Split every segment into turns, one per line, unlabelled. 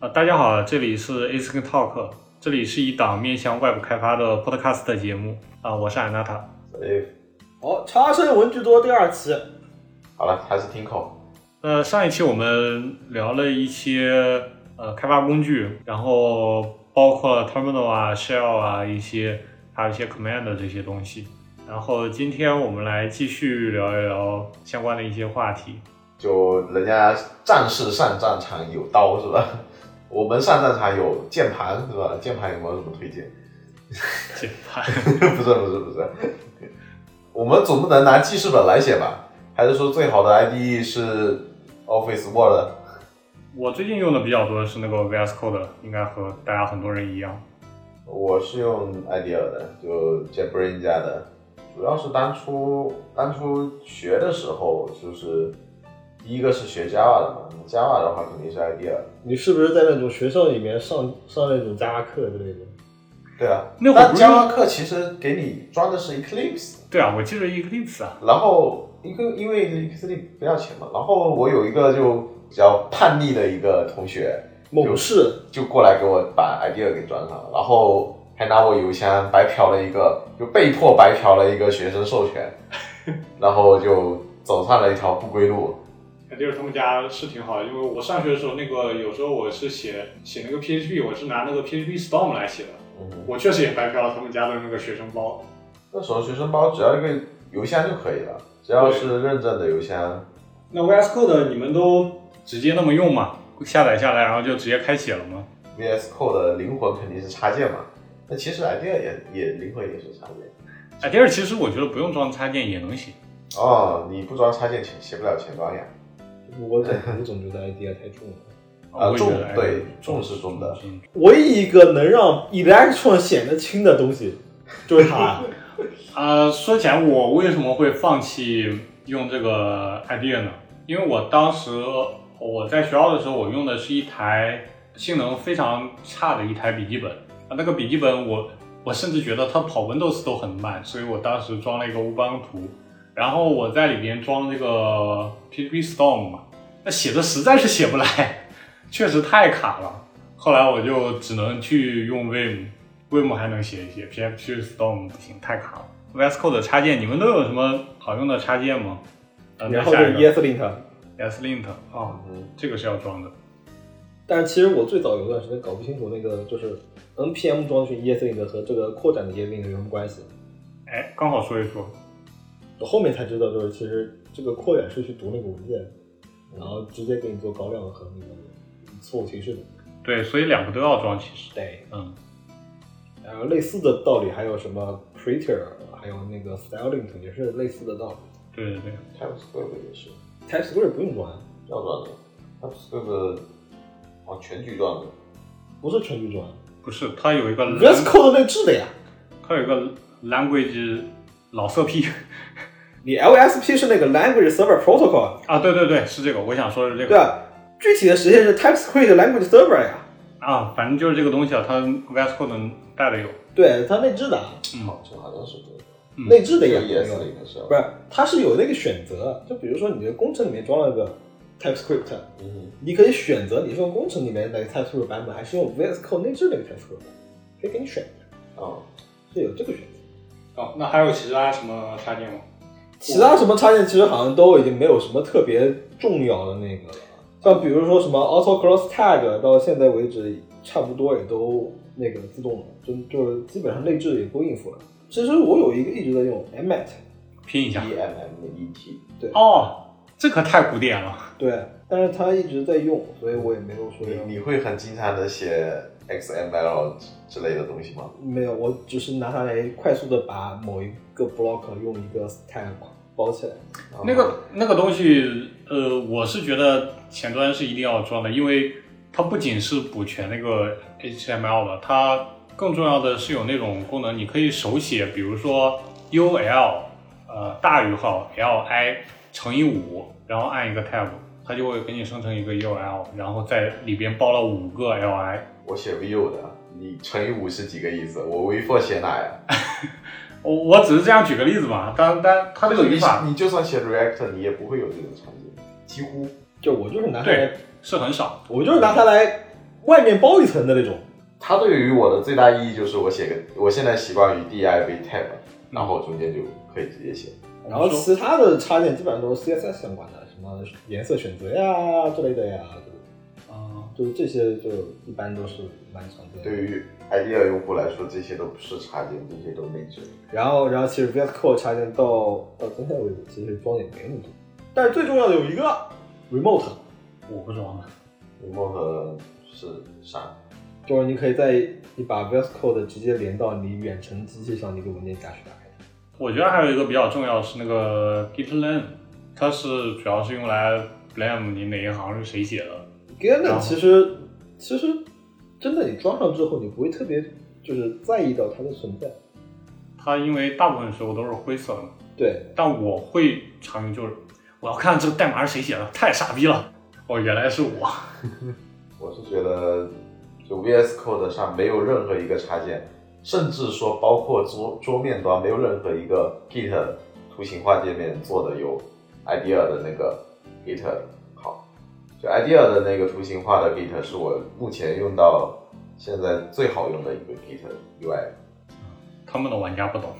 啊、大家好，这里是 Async Talk，这里是一档面向 Web 开发的 Podcast 节目啊、我是 Anata。
哎，
好，差生文具多第二期，
好了，还是听口。
呃，上一期我们聊了一些呃开发工具，然后包括 terminal 啊、shell 啊一些，还有一些 command 的这些东西。然后今天我们来继续聊一聊相关的一些话题。
就人家战士上战场有刀是吧？ 我们上战场有键盘是吧？键盘有没有什么推荐？
键盘
不是不是不是，我们总不能拿记事本来写吧？还是说最好的 IDE 是 Office Word？
我最近用的比较多的是那个 VS Code，应该和大家很多人一样。
我是用 IDEA 的，就 JetBrains 家的，主要是当初当初学的时候，就是第一个是学 Java 的嘛，Java 的话肯定是 IDEA。
你是不是在那种学校里面上上那种加课之类的？
对啊，
那会儿
但
不是用
Java 课其实给你装的是 Eclipse，
对啊，我记得 Eclipse 啊，
然后一个因为 Eclipse 不要钱嘛，然后我有一个就比较叛逆的一个同学，
猛士
就过来给我把 idea 给装上了，然后还拿我邮箱白嫖了一个，就被迫白嫖了一个学生授权，然后就走上了一条不归路。
哎就是他们家是挺好的，因为我上学的时候，那个有时候我是写写那个 PHP，我是拿那个 PHP Storm 来写的，
嗯，
我确实也白嫖了他们家的那个学生包。
那时候学生包只要一个邮箱就可以了，只要是认证的邮箱。
那 VS Code 你们都直接那么用吗？下载下来，然后就直接开写了吗？
VS Code 的灵魂肯定是插件嘛，那其实 idea 也也灵魂也是插件。
哎，第二，其实我觉得不用装插件也能行。
哦，你不装插件写写不了前端呀。
我总我总觉得 idea 太重了。
啊
我也觉得
重
哎嗯
对重是重的
重
唯一一个能让 electron 显得轻的东西，就是 它。
呃，说起来，我为什么会放弃用这个 idea 呢？因为我当时呃我在学校的时候，我用的是一台性能非常差的一台笔记本啊，那个笔记本我我甚至觉得它跑 Windows 都很慢，所以我当时装了一个乌邦图，然后我在里边装这个 PHP Storm 嘛，那写的实在是写不来，确实太卡了。后来我就只能去用 Vim，Vim 还能写一写，PHP Storm 不行，太卡了。VS Code 的插件，你们都有什么好用的插件吗？呃
然后就 E
那下
是
一个
ESLint。
ESLint 啊、
嗯，
这个是要装的。
但是其实我最早有段时间搞不清楚那个就是 npm 装进去 ESLint 和这个扩展的 ESLint 有什么关系，
哎，刚好说一说，
我后面才知道就是其实这个扩展是去读那个文件，然后直接给你做高亮和那个错误提示的。
对，所以两个都要装，其实，
对，
嗯，
然呃后类似的道理还有什么 Preter，还有那个 Stylelint 也是类似的道理。
对对对，
，TypeScript 也是
TypeScript 不用装，
要装的，TypeScript 哦全局装的。
不是全局装
不是，它有一
嗯
个
，VS Code 内置的呀。
它有一个 language 老色批
你 LSP 是那个 Language Server
嗯
Protocol，
啊，对对对，是这个，我想说的是这
对啊
个
吧？具体的实现是 TypeScript Language Server 呀。
啊，反正就是这个东西啊，它 VS Code 带的有，
对，它内置的，
嗯，
这好像是对的，
嗯
内置的也
这个
可以
也是
用
一个是吧
不？是，它是有那个选择，就比如说你的工程里面装了个 TypeScript，
嗯，
你可以选择你是用工程里面那个 TypeScript 版本，还是用 VS Code 内置那个 TypeScript 版本，可以给你选，
哦，
是有这个选择。
哦，那还有其他什么插件吗？
其他什么插件其实好像都已经没有什么特别重要的那个了，像比如说什么 Auto Cross Tag，到现在为止差不多也都那个自动了，就就是基本上内置也都应付了。其实我有一个一直在用 Mnet，
拼一下
E M M E T，
哦，这可太古典了，
对，但是它一直在用，所以我也没有说
啊
要
你你会很经常的写 X M L 之类的东西吗？
没有，我只是拿它来快速的把某一个 block 用一个 tag 包起来。
那个那个东西，呃，我是觉得前端是一定要装的，因为它不仅是补全那个 HTML 了，它更重要的是有那种功能，你可以手写，比如说 UL，呃，大于号 LI 乘以五，然后按一个 tab，它就会给你生成一个 UL，然后在里边包了五个 LI。
我写 Vue 的，你乘以五是几个意思？我 V four 写哪呀？
我我只是这样举个例子嘛，但但它这个语法
你你就算写 React，你也不会有这种场景，几乎
就我就是拿它
对
来，
是很少，
我就是拿它来外面包一层的那种。
它对于我的最大意义就是我写个，我现在习惯于 div tab，然后中间就可以直接写。
然后
我们说
其他的插件基本上都是 CSS 相关的，什么颜色选择呀之类的呀，
啊，
就就这些就一般都是蛮常见的。
对于 idea 用户来说，这些都不是插件，这些都内置。
然后，然后其实 VS Code 插件到到今天为止，其实装的也没那么多。但是最重要的有一个 Remote，
我不装了。
remote 和是啥？
就是你可以在你把 VS Code 直接连到你远程机器上的一个文件夹去打开。
我觉得还有一个比较重要的是那个 Gitlab，它是主要是用来 blame 你哪一行是谁写的。
Galen
然后
其实其实真的你装上之后，你不会特别就是在意到它的存在。
它因为大部分时候都是灰色的嘛，
对，
但我会常用就是我要看这个代码是谁写的，太傻逼了。哦，原来是我。
我是觉得，就 VS Code 上没有任何一个插件，甚至说包括桌桌面端没有任何一个 Git 图形化界面做的有 IDEA 的那个 Git 好。就 IDEA 的那个图形化的 Git 是我目前用到现在最好用的一个 Git UI。
他们的玩家不懂。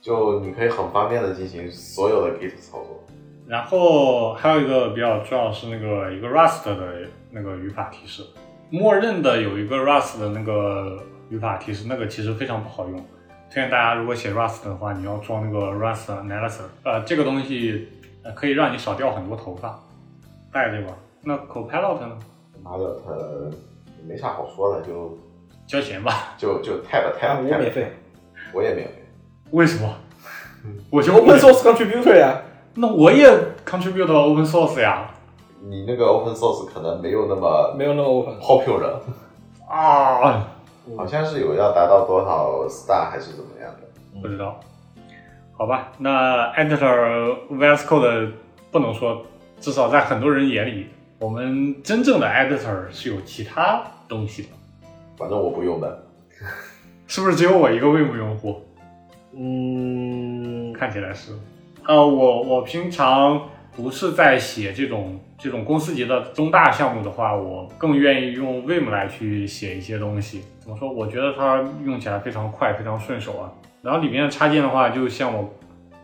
就你可以很方便的进行所有的 Git 操作。
然后还有一个比较重要的是那个一个 Rust 的那个语法提示，默认的有一个 Rust 的那个语法提示，那个其实非常不好用。推荐大家如果写 Rust 的话，你要装那个 Rust Analyzer，呃，这个东西呃可以让你少掉很多头发，带这个。那 Copilot 呢？
妈的，呃，没啥好说的，就
交钱吧？
就就 Tab
啊
Tab
我
Tab，
免费
我也免费。
为什么？嗯我就
，Open Source Contributor 呀。
那我也 contribute open source 呀。
你那个 Open Source 可能没有那么
没有那么 open，
popular，
啊，
好像是有要达到多少 star 还是怎么样的。
不知道。好吧，那 Editor VS Code 不能说，至少在很多人眼里，我们真正的 Editor 是有其他东西的，
反正我不用的，
是不是只有我一个 Vim 用户？
嗯，
看起来是。呃，我我平常不是在写这种这种公司级的中大项目的话，我更愿意用 Vim 来去写一些东西。怎么说？我觉得它用起来非常快，非常顺手啊。然后里面的插件的话，就像我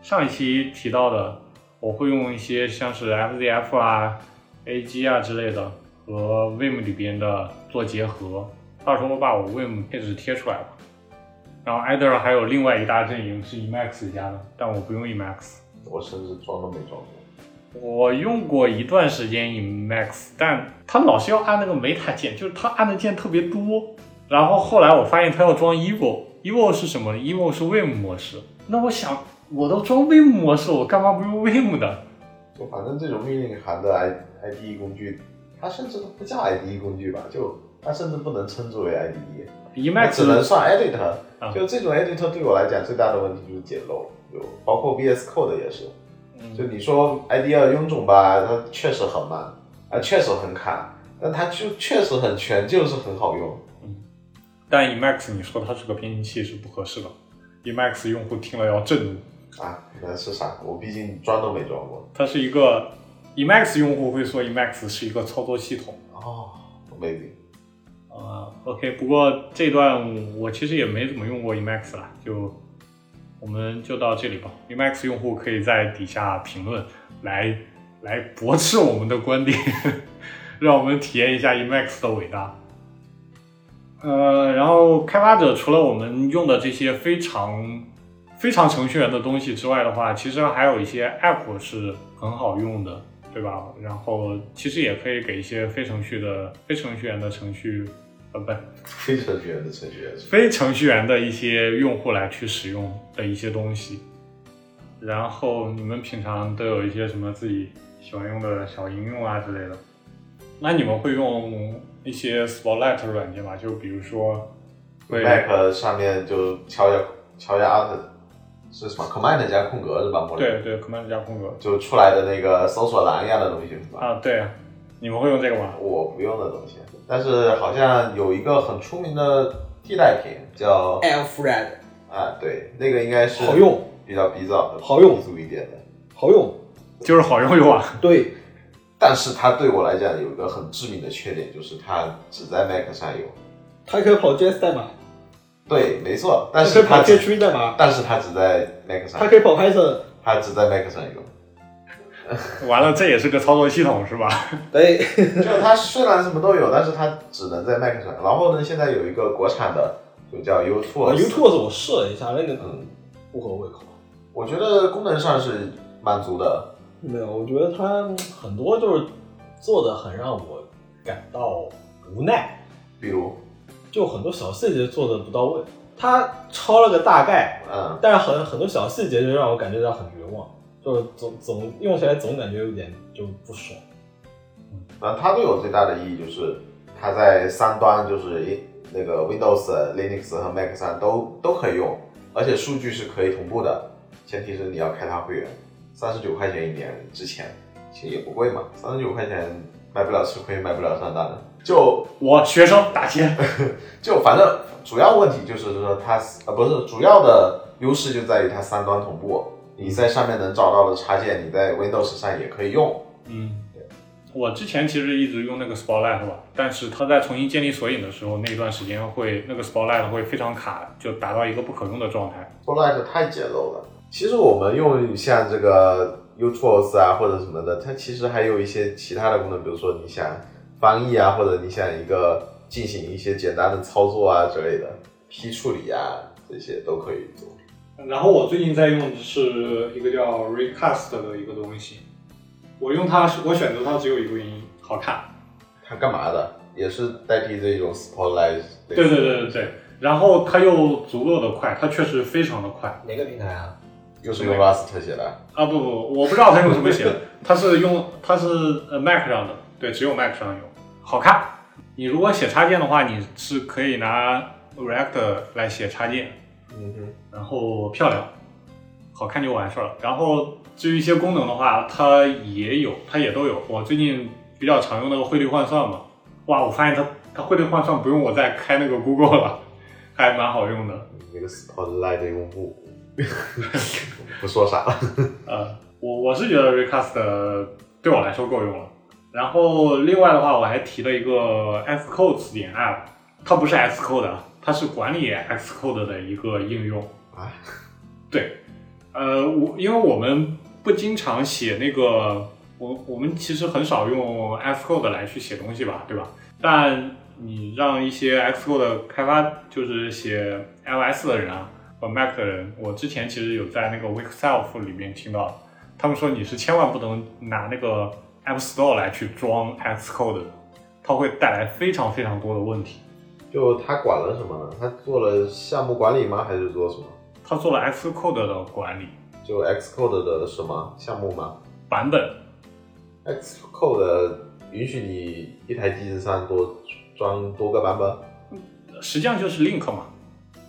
上一期提到的，我会用一些像是 FZF 啊、AG 啊之类的和 Vim 里边的做结合。到时候我把我 Vim 配置贴出来吧。然后 Eder 还有另外一大阵营是 Emacs 家的，但我不用 Emacs。
我甚至装都没装过。
我用过一段时间 Emacs，但它老是要按那个 Meta 键，就是它按的键特别多。然后后来我发现它要装 Evo，Evo 是什么？Evo 是 Vim 模式。那我想，我都装 Vim 模式，我干嘛不用 Vim 的？
就反正这种命令函的 i IDE 工具，它甚至都不叫 IDE 工具吧，就它甚至不能称之为 IDE，它
？E
只能
Emacs
算 editor
啊。
就这种 editor 对我来讲最大的问题就是简陋，就包括 VS Code 也是。
嗯
就你说 IDE 臃肿吧，它确实很慢，啊，确实很卡，但它就确实很全，就是很好用。
但 Emacs 你说它是个编辑器是不合适的，Emacs 用户听了要震怒。
啊，那是啥？我毕竟装都没装过。
它是一个 Emacs 用户会说 Emacs 是一个操作系统。
哦，amazing，
啊、o k 不过这段我其实也没怎么用过 Emacs 啦，就我们就到这里吧。Emacs 用户可以在底下评论来来驳斥我们的观点， 让我们体验一下 Emacs 的伟大。呃，然后开发者除了我们用的这些非常非常程序员的东西之外的话，其实还有一些 App 是很好用的，对吧？然后其实也可以给一些非程序的非程序员的程序，呃，不，
非程序员的程序员是吧
非程序员的一些用户来去使用的一些东西。然后你们平常都有一些什么自己喜欢用的小应用啊之类的？那你们会用一些 Spotlight 软件吗？就比如说会
，Mac 上面就敲一下敲一下 Alt，是什么 Command 加空格是吧？默认
对对 Command 加空格
就出来的那个搜索栏一样的东西是吧？
啊，对啊，你们会用这个
啊
吗？
我不用的东西，但是好像有一个很出名的替代品叫
Alfred
啊，对，那个应该是
好用，
比较比较
好用
民族一点的。
好用，
就是好用用啊。
对，
但是它对我来讲有一个很致命的缺点，就是它只在 Mac 上有。
它还可以跑 JS 代码，
对，没错，
它
但
可
是
以跑
它
j
只
h 代码，
但是它只在 Mac 上
它，可以跑 Python。
它只在 Mac 上有。
完了，这也是个操作系统是吧？
哎，
就它虽然什么都有，但是它只能在 Mac 上。然后呢，现在有一个国产的，就叫 u t u b e
YouTubes 我试了一下，那个
嗯，
不合胃口。
我觉得功能上是满足的，
没有，我觉得它很多就是做的很让我感到无奈，
比如，
就很多小细节做的不到位。它抄了个大概，
嗯，
但是很很多小细节就让我感觉到很绝望，就是总总用起来总感觉有点就不爽。
那它对我最大的意义就是，它在三端就是一那个 Windows、Linux 和 Mac 上都都可以用，而且数据是可以同步的，前提是你要开它会员，三十九块钱一年之前，其实也不贵嘛，三十九块钱买不了吃亏，买不了上当的。就
我学生打钱，
就反正主要问题就是说它呃不是主要的优势就在于它三端同步，你在上面能找到的插件，你在 Windows 上也可以用。
嗯，我之前其实一直用那个 Spotlight 吧，但是它在重新建立索引的时候，那段时间会那个 Spotlight 会非常卡，就达到一个不可用的状态。
Spotlight 太简陋了。其实我们用像这个 UTools 啊或者什么的，它其实还有一些其他的功能，比如说你想翻译啊，或者你想一个进行一些简单的操作啊之类的批处理啊这些都可以做。
然后我最近在用的是一个叫 Recast 的一个东西，我用它，我选择它只有一个原因，好看。
它干嘛的？也是代替这种 Spotlight 类似的。
对对对对对，然后它又足够的快，它确实非常的快。
哪个平台啊？
又是用 Rust 写的。
啊不不，我不知道它用什么写的， 它是用它是呃 Mac 上的，对，只有 Mac 上有，好看。你如果写插件的话，你是可以拿 React 来写插件，
嗯哼。
然后漂亮，好看就完事儿了。然后至于一些功能的话，它也有，它也都有。我最近比较常用那个汇率换算嘛，哇，我发现它它汇率换算不用我再开那个 Google 了，还蛮好用的。
那个 Spotlight 用户， 不说啥了。
呃，我我是觉得 Recast 对我来说够用了。然后另外的话，我还提了一个 Xcode 词典 App，它不是 Xcode，啊它是管理 Xcode 的一个应用
啊。
对，呃，我因为我们不经常写那个，我我们其实很少用 Xcode 来去写东西吧，对吧？但你让一些 Xcode 的开发，就是写 iOS 的人啊，和 Mac 的人，我之前其实有在那个 Weekself 里面听到，他们说你是千万不能拿那个 App Store 来去装 Xcode，的它会带来非常非常多的问题。
就他管了什么呢？他做了项目管理吗？还是做什么？
它做了 Xcode 的管理
就 Xcode 的什么项目吗
版本，
？Xcode 允许你一台机子上多装多个版本？
实际上就是 link 嘛。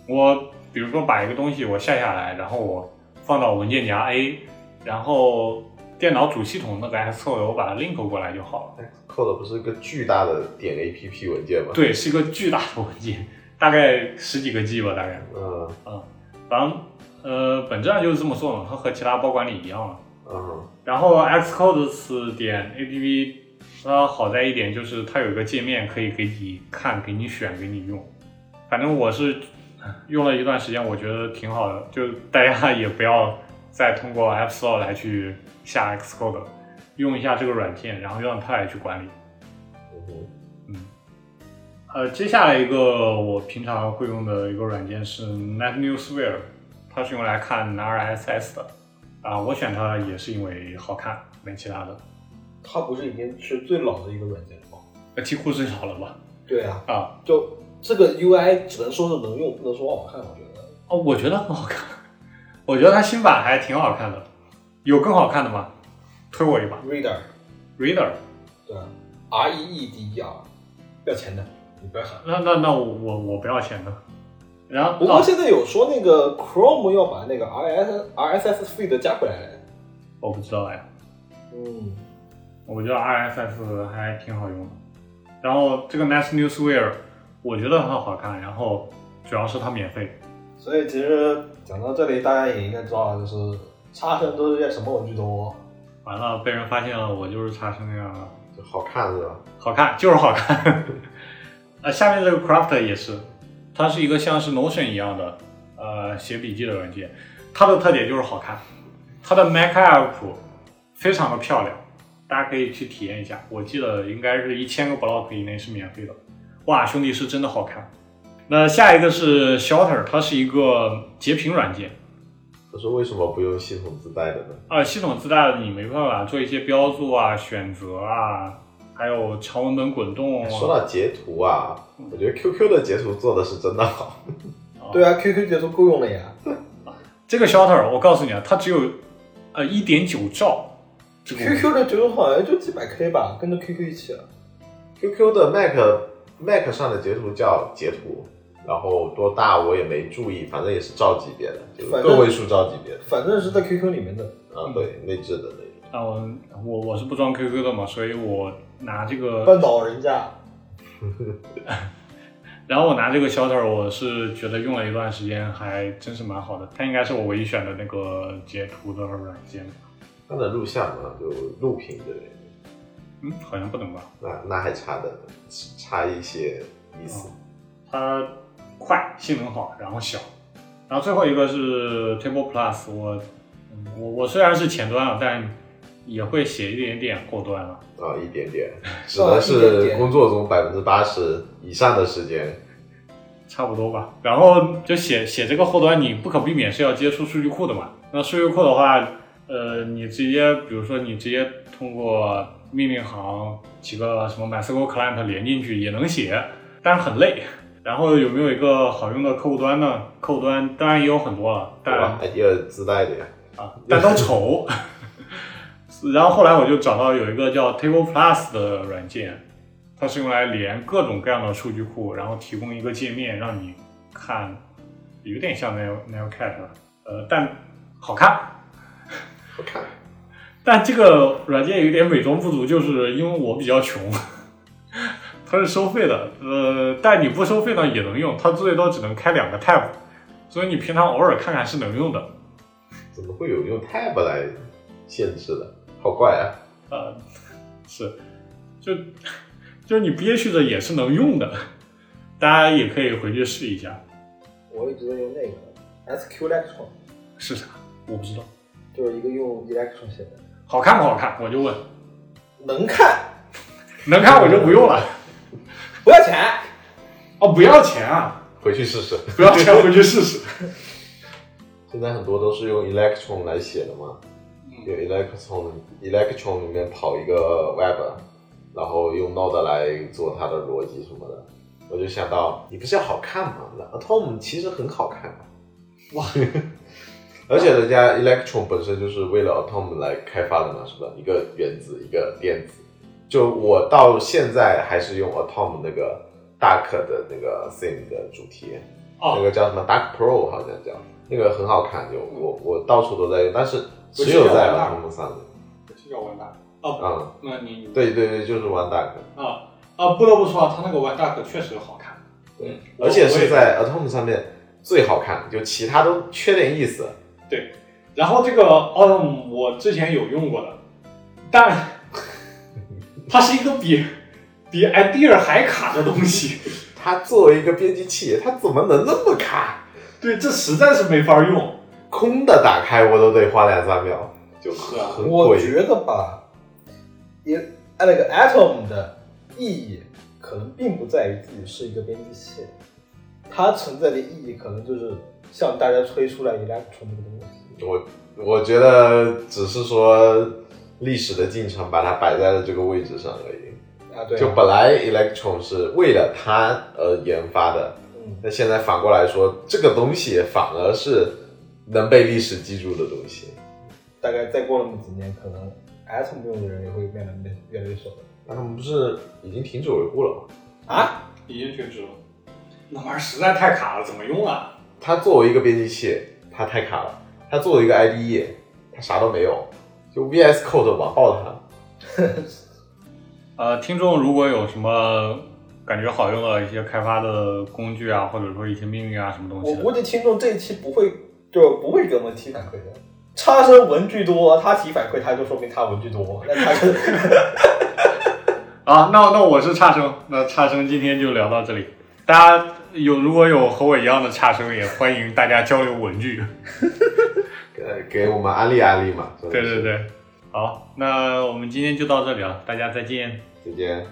我比如说把一个东西我下下来，然后我放到文件夹 A，然后电脑主系统那个 Xcode 我把它 link 过来就好了。
Xcode 不是一个巨大的点 APP 文件吗？，
对，是一个巨大的文件，大概十几个 G 吧，大概。
嗯
反正呃，本质上就是这么做嘛，它和其他包管理一样嘛。
嗯，
然后 Xcode 词典 APP 它好在一点就是它有一个界面可以给你看、给你选、给你用。反正我是用了一段时间，我觉得挺好的。就大家也不要再通过 App Store 来去下 Xcode，用一下这个软件，然后让它来去管理。
嗯哼
呃，接下来一个我平常会用的一个软件是 Net Newswire，它是用来看 RSS 的。啊、我选它也是因为好看，没其他的。
它不是已经是最老的一个软件了吗？
那 T 库最好了吧？
对啊，
啊，
就这个 UI 只能说是能用，不能说好看，我觉得。
哦，我觉得很好看，我觉得它新版还挺好看的。有更好看的吗？推我一把。
Reader。
Reader，
对啊，R E E D E R，要钱的，你不要想。
那那那我我我不要钱的。然后
不过
哦
现在有说那个 Chrome 要把那个 R S R S S feed 加回来。
我不知道哎。
嗯，
我觉得 RSS 还挺好用的。然后这个 Nice Newswire，我觉得很好看，然后主要是它免费。
所以其实讲到这里，大家也应该知道，就是插身都是些什么文具多。
完了被人发现了，我就是差生那样了。
就好看是吧？
好看， 就是好看。呃，下面这个 Craft 也是，它是一个像是 Notion 一样的呃写笔记的软件，它的特点就是好看，它的 Mac App 非常的漂亮，大家可以去体验一下。我记得应该是一千个 block 以内是免费的。哇，兄弟是真的好看。那下一个是 Shutter，它是一个截屏软件，
可是为什么不用系统自带的呢？
啊，系统自带的你没办法做一些标注啊、选择啊，还有长文本滚
嗯
动啊。
说到截图啊，我觉得 QQ 的截图做的是真的好。
对啊，QQ 截图够用了呀。
这个 shutter，我告诉你啊，它只有呃一点九兆这个
QQ 的截图好像就几百 K 吧，跟着 QQ 一起了。
QQ 的 Mac Mac 上的截图叫截图，然后多大我也没注意，反正也是兆级别的，就是
反正
个位数兆级别的。
反正是在 QQ 里面的，
啊，对，内置的那个。
啊，我我我是不装 QQ 的嘛，所以我拿这个，
半岛人家
然后我拿这个 shutter，我是觉得用了一段时间，还真是蛮好的。它应该是我唯一选的那个截图的软件，
它能录像吗？就录屏之类的。
嗯，好像不能吧？
那那还差的，差一些意思。
它快，性能好，然后小，然后最后一个是 Table Plus，我嗯我我虽然是前端啊，但也会写一点点后端了。
啊，一点点，只能是工作中百分之八十以上的时间。
差不多吧。然后就写写这个后端，你不可避免是要接触数据库的嘛。那数据库的话，呃，你直接比如说你直接通过命令行几个什么 MySQL client 连进去也能写，但是很累。然后有没有一个好用的客户端呢？客户端当然也有很多了，
对
但
吧？也有自带的呀。
啊，但都丑。然后后来我就找到有一个叫 Table Plus 的软件，它是用来连各种各样的数据库，然后提供一个界面让你看，有点像 Neo Neocat，呃，但好看。
我看，
但这个软件有点美中不足，就是因为我比较穷，它是收费的，呃，但你不收费呢也能用，它最多只能开两个 tab，所以你平常偶尔看看是能用的。
怎么会有用 Tab 来限制的？好怪啊！
呃，是，就就你憋屈着也是能用的，大家也可以回去试一下。
我一直在用那个 SQ Electron，
是啥？我不知道。
就是一个用 Electron 写的，
好看不好看？我就问，
能看，
能看我就不用了。
不要钱。
哦，不要钱啊！
回去试试。
不要钱，回去试试。
现在很多都是用 Electron 来写的嘛，用 Electron Electron 里面跑一个 Web，然啊后用 Node 来做它的逻辑什么的。我就想到，你不是要好看吗那？Atom 其实很好看，啊
哇！
而且人家 Electron 本身就是为了 Atom 来开发的嘛，是吧？一个原子，一个电子。就我到现在还是用 Atom 那个 Dark 的那个 Theme 的主题，那
哦，
个叫什么 Dark Pro 好像叫，那个很好看，就我我到处都在用，但是
不是
只有
叫
在
Dark
Atom 上面。
这叫玩大。
嗯，
那你
对对对，就是玩 Dark，
啊啊，不得不说啊，他那个玩大可确实好看。对，
而且是在 Atom 上面最好看，就其他都缺点意思。
然后这个 Autumn 我之前有用过的，但它是一个比比 Idea 还卡的东西，
它作为一个编辑器，它怎么能那么卡？
对，这实在是没法用。
空的打开我都得花两三秒，
就是啊，
很
我
贵。
觉得吧，也哎那个 Atom 的意义可能并不在于自己是一个编辑器，它存在的意义可能就是向大家吹出来 Electron 这个东西。
我我觉得只是说历史的进程把它摆在了这个位置上而已。
啊，对啊
就本来 Electron 是为了它而研发的，
嗯，
那现在反过来说，这个东西反而是能被历史记住的东西。
大概再过那么几年，可能 Atom 用的人也会越来越越来越少的。
那他们不是已经停止维护了吗？
啊，
已经停止了。那玩意儿实在太卡了，怎么用啊？
它作为一个编辑器，它太卡了；它作为一个 IDE，它啥都没有，就 VS Code 网爆它。
呃，听众如果有什么感觉好用的一些开发的工具啊，或者说一些命令啊什么东
我
西的，
估计听众这一期不会就不会给我们提反馈的，差生文具多，他提反馈他就说明他文具多，那他就
啊，那那我是差生，那差生今天就聊到这里。大家有如果有和我一样的差生，也欢迎大家交流文具。
给给我们安利安利嘛。真的
对
是
对，对，好，那我们今天就到这里了，大家再见。
再见。